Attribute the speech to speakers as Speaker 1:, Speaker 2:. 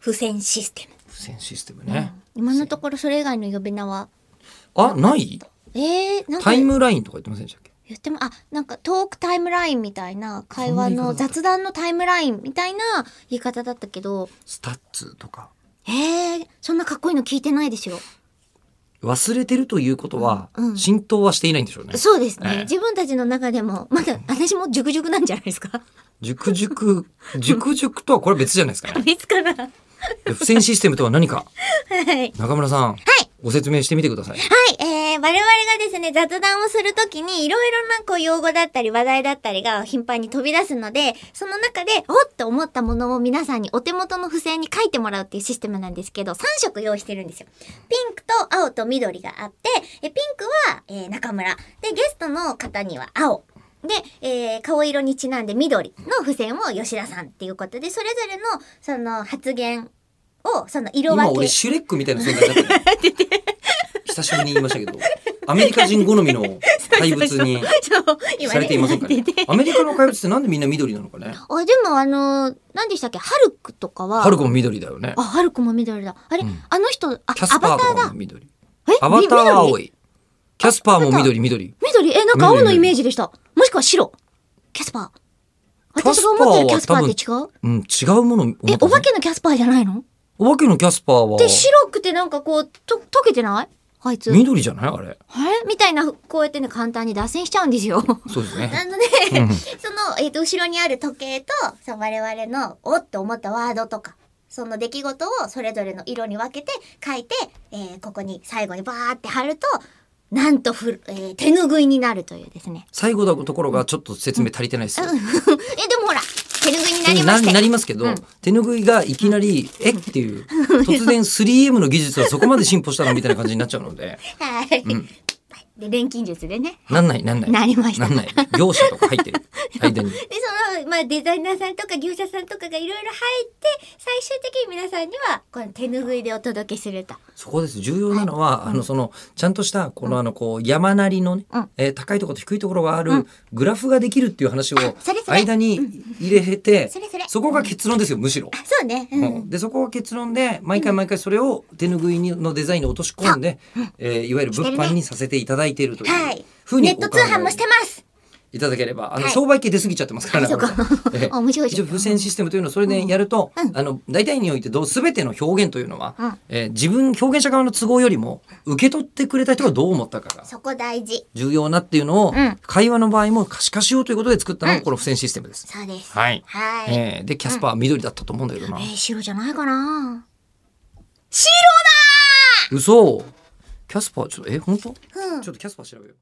Speaker 1: 付箋システム。
Speaker 2: 付箋システムね。
Speaker 1: 今のところそれ以外の呼び名は。
Speaker 2: あ、ない
Speaker 1: えー、なんか
Speaker 2: タイムラインとか言ってませんでしたっけ
Speaker 1: 言っても、あ、なんかトークタイムラインみたいな、会話の雑談のタイムラインみたいな言い方だったけど、
Speaker 2: スタッツとか。
Speaker 1: えー、そんなかっこいいの聞いてないですよ。
Speaker 2: 忘れてるということは
Speaker 1: うんうん、
Speaker 2: 浸透はしていないんでしょうね。
Speaker 1: そうですね。
Speaker 2: ええ
Speaker 1: 自分たちの中でも、まだ私も熟熟なんじゃないですか
Speaker 2: 熟熟、 熟熟とはこれは別じゃないで す かね。
Speaker 1: 別かなは
Speaker 2: で付箋システムとは何か、
Speaker 1: い。
Speaker 2: 中村さん、ご説明してみてください。
Speaker 1: はい、えー、我々がですね、雑談をするときに、いろいろなこう用語だったり話題だったりが頻繁に飛び出すので、その中で、おっと思ったものを皆さんにお手元の付箋に書いてもらうっていうシステムなんですけど、3色用意してるんですよ。ピンクと青と緑があって、えピンクは、えー中村。で、ゲストの方には青。で、えー顔色にちなんで緑の付箋を吉田さんっていうことで、それぞれの、その発言を、その色
Speaker 2: 今
Speaker 1: 分 け
Speaker 2: 俺。シュレックみたいな存在だったね 久しぶりに言いましたけど、アメリカ人好 みの怪物に
Speaker 1: そう
Speaker 2: されていませんか
Speaker 1: な
Speaker 2: ね
Speaker 1: ってて。
Speaker 2: アメリカの怪物ってなんでみんな緑なのかね。
Speaker 1: あ、でもあのー、何でしたっけハルクとかは。
Speaker 2: ハルコも緑だよね
Speaker 1: あ、。ハルクも緑だ。あれ、
Speaker 2: うん
Speaker 1: あの人、あ、
Speaker 2: キャス
Speaker 1: ア
Speaker 2: パ
Speaker 1: バ
Speaker 2: ーと
Speaker 1: ター
Speaker 2: かも
Speaker 1: だ。
Speaker 2: 緑。
Speaker 1: え
Speaker 2: アバターは
Speaker 1: み
Speaker 2: 青
Speaker 1: 緑
Speaker 2: い。キャスパーも緑緑。
Speaker 1: 緑え、なんか青のイメージでした。もしくは白。キャスパー。
Speaker 2: キャ
Speaker 1: 私
Speaker 2: ス
Speaker 1: が
Speaker 2: パーは
Speaker 1: 思ってるキャスパーって違う
Speaker 2: うん、違うものを思
Speaker 1: え
Speaker 2: っ、た
Speaker 1: お
Speaker 2: んで
Speaker 1: 化
Speaker 2: すね
Speaker 1: けのキャスパーじゃないの
Speaker 2: お化けのキャスパーは
Speaker 1: で、白くてなんかこう、と、溶けてないあいつ。え
Speaker 2: 緑じゃないあれ。
Speaker 1: みたいな、こうやってね、簡単に脱線しちゃうんですよ。
Speaker 2: そうです
Speaker 1: な
Speaker 2: ね。
Speaker 1: ので、
Speaker 2: うん
Speaker 1: その、えっ、と、後ろにある時計と、その我々の、おっと思ったワードとか、その出来事をそれぞれの色に分けて書いて、えーここに最後にバーって貼ると、なんとふる、えー手拭いになるというですね。
Speaker 2: 最後のところがちょっと説明足りてないですよ。
Speaker 1: え、でもほら、手拭いになりま
Speaker 2: な
Speaker 1: して。
Speaker 2: なりますけど、手ぬぐいがいきなり、えって いう、突然 3M の技術はそこまで進歩したのみたいな感じになっちゃうので、
Speaker 1: はい、
Speaker 2: うん
Speaker 1: で、錬金術でね。
Speaker 2: なんないなんない。
Speaker 1: なりました
Speaker 2: なんない。業者とか入っ てる。間に。
Speaker 1: で、その、まあ、デザイナーさんとか業者さんとかがいろいろ入って、最終的に皆さんには、この手拭いでお届けすると。
Speaker 2: そこです重要なのは、あのそのちゃんとしたこのあのこう山なりのね、
Speaker 1: うん
Speaker 2: えー高いところと低いところがあるグラフができるっていう話を
Speaker 1: それそれ
Speaker 2: 間に入れて、
Speaker 1: それそれ
Speaker 2: こが結論ですよむしろ。
Speaker 1: そうね。うん。
Speaker 2: うんでそこが結論で毎回毎回それを手ぬぐいのデザインに落とし込んで、えーいわゆる物販にさせていただいているとい
Speaker 1: は
Speaker 2: う
Speaker 1: い。
Speaker 2: ふうに
Speaker 1: ネット通販もしてます。
Speaker 2: いただければあの
Speaker 1: はい
Speaker 2: 商売系出過ぎちゃってますから
Speaker 1: あそうか
Speaker 2: ええ
Speaker 1: あ 面白いじ
Speaker 2: 一
Speaker 1: ゃん
Speaker 2: 応付箋システムというのをそれでやると、あの大体においてどう全ての表現というのは、
Speaker 1: うん
Speaker 2: えー自分表現者側の都合よりも受け取ってくれた人がどう思ったかが
Speaker 1: そこ大事。
Speaker 2: 重要なっていうのを、
Speaker 1: うん
Speaker 2: 会話の場合も可視化しようということで作ったのがこの付箋システムです。
Speaker 1: そうです。
Speaker 2: はい
Speaker 1: はい。え
Speaker 2: えーでキャスパーは緑だったと思うんだけどな、
Speaker 1: ー白じゃないかな。
Speaker 2: 嘘キャスパーちょっとえ本当、
Speaker 1: うん
Speaker 2: ちょっとキャスパー調べよう。